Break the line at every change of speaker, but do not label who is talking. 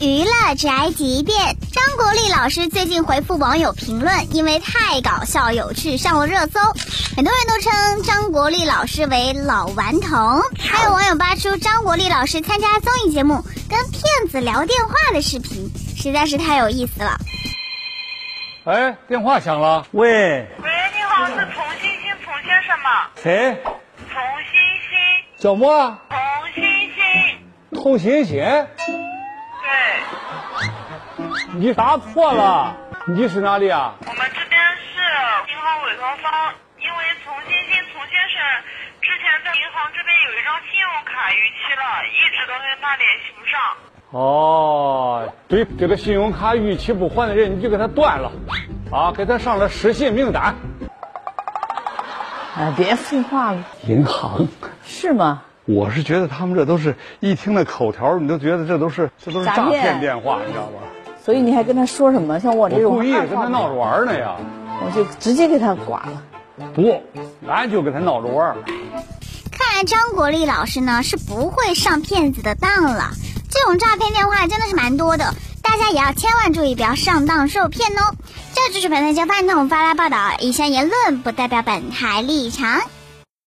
娱乐宅急便，张国立老师最近回复网友评论，因为太搞笑有趣上了热搜，很多人都称张国立老师为老顽童。还有网友扒出张国立老师参加综艺节目跟骗子聊电话的视频，实在是太有意思了。
哎，电话响了，
喂，
喂，你好，是童欣欣，童先生吗？
谁？
童欣欣，
小莫，
童欣欣，
偷闲闲，
对，
你答错了，你是哪里啊？
我们这边是银行委托方，因为童欣欣、童先生之前在银行这边有一张信用卡逾期了，一直都跟他联系不上。
哦，对，这个信用卡逾期不还的人，你就给他断了，啊，给他上了失信名单。
哎，别废话了，
银行，
是吗？
我是觉得他们这都是一听那口条，你都觉得这都是这都是诈
诈
骗
骗
电话，你知道吗？
所以你还跟他说什么？像我这
我
种
故意
二
跟
话
他
没
闹着玩儿呢呀，
我就直接给他刮了。
不，俺就跟他闹着玩儿。
看来张国立老师呢是不会上骗子的当了。这种诈骗电话真的是蛮多的，大家也要千万注意，不要上当受骗哦。这就是本台前饭桶发来报道，以上言论不代表本台立场。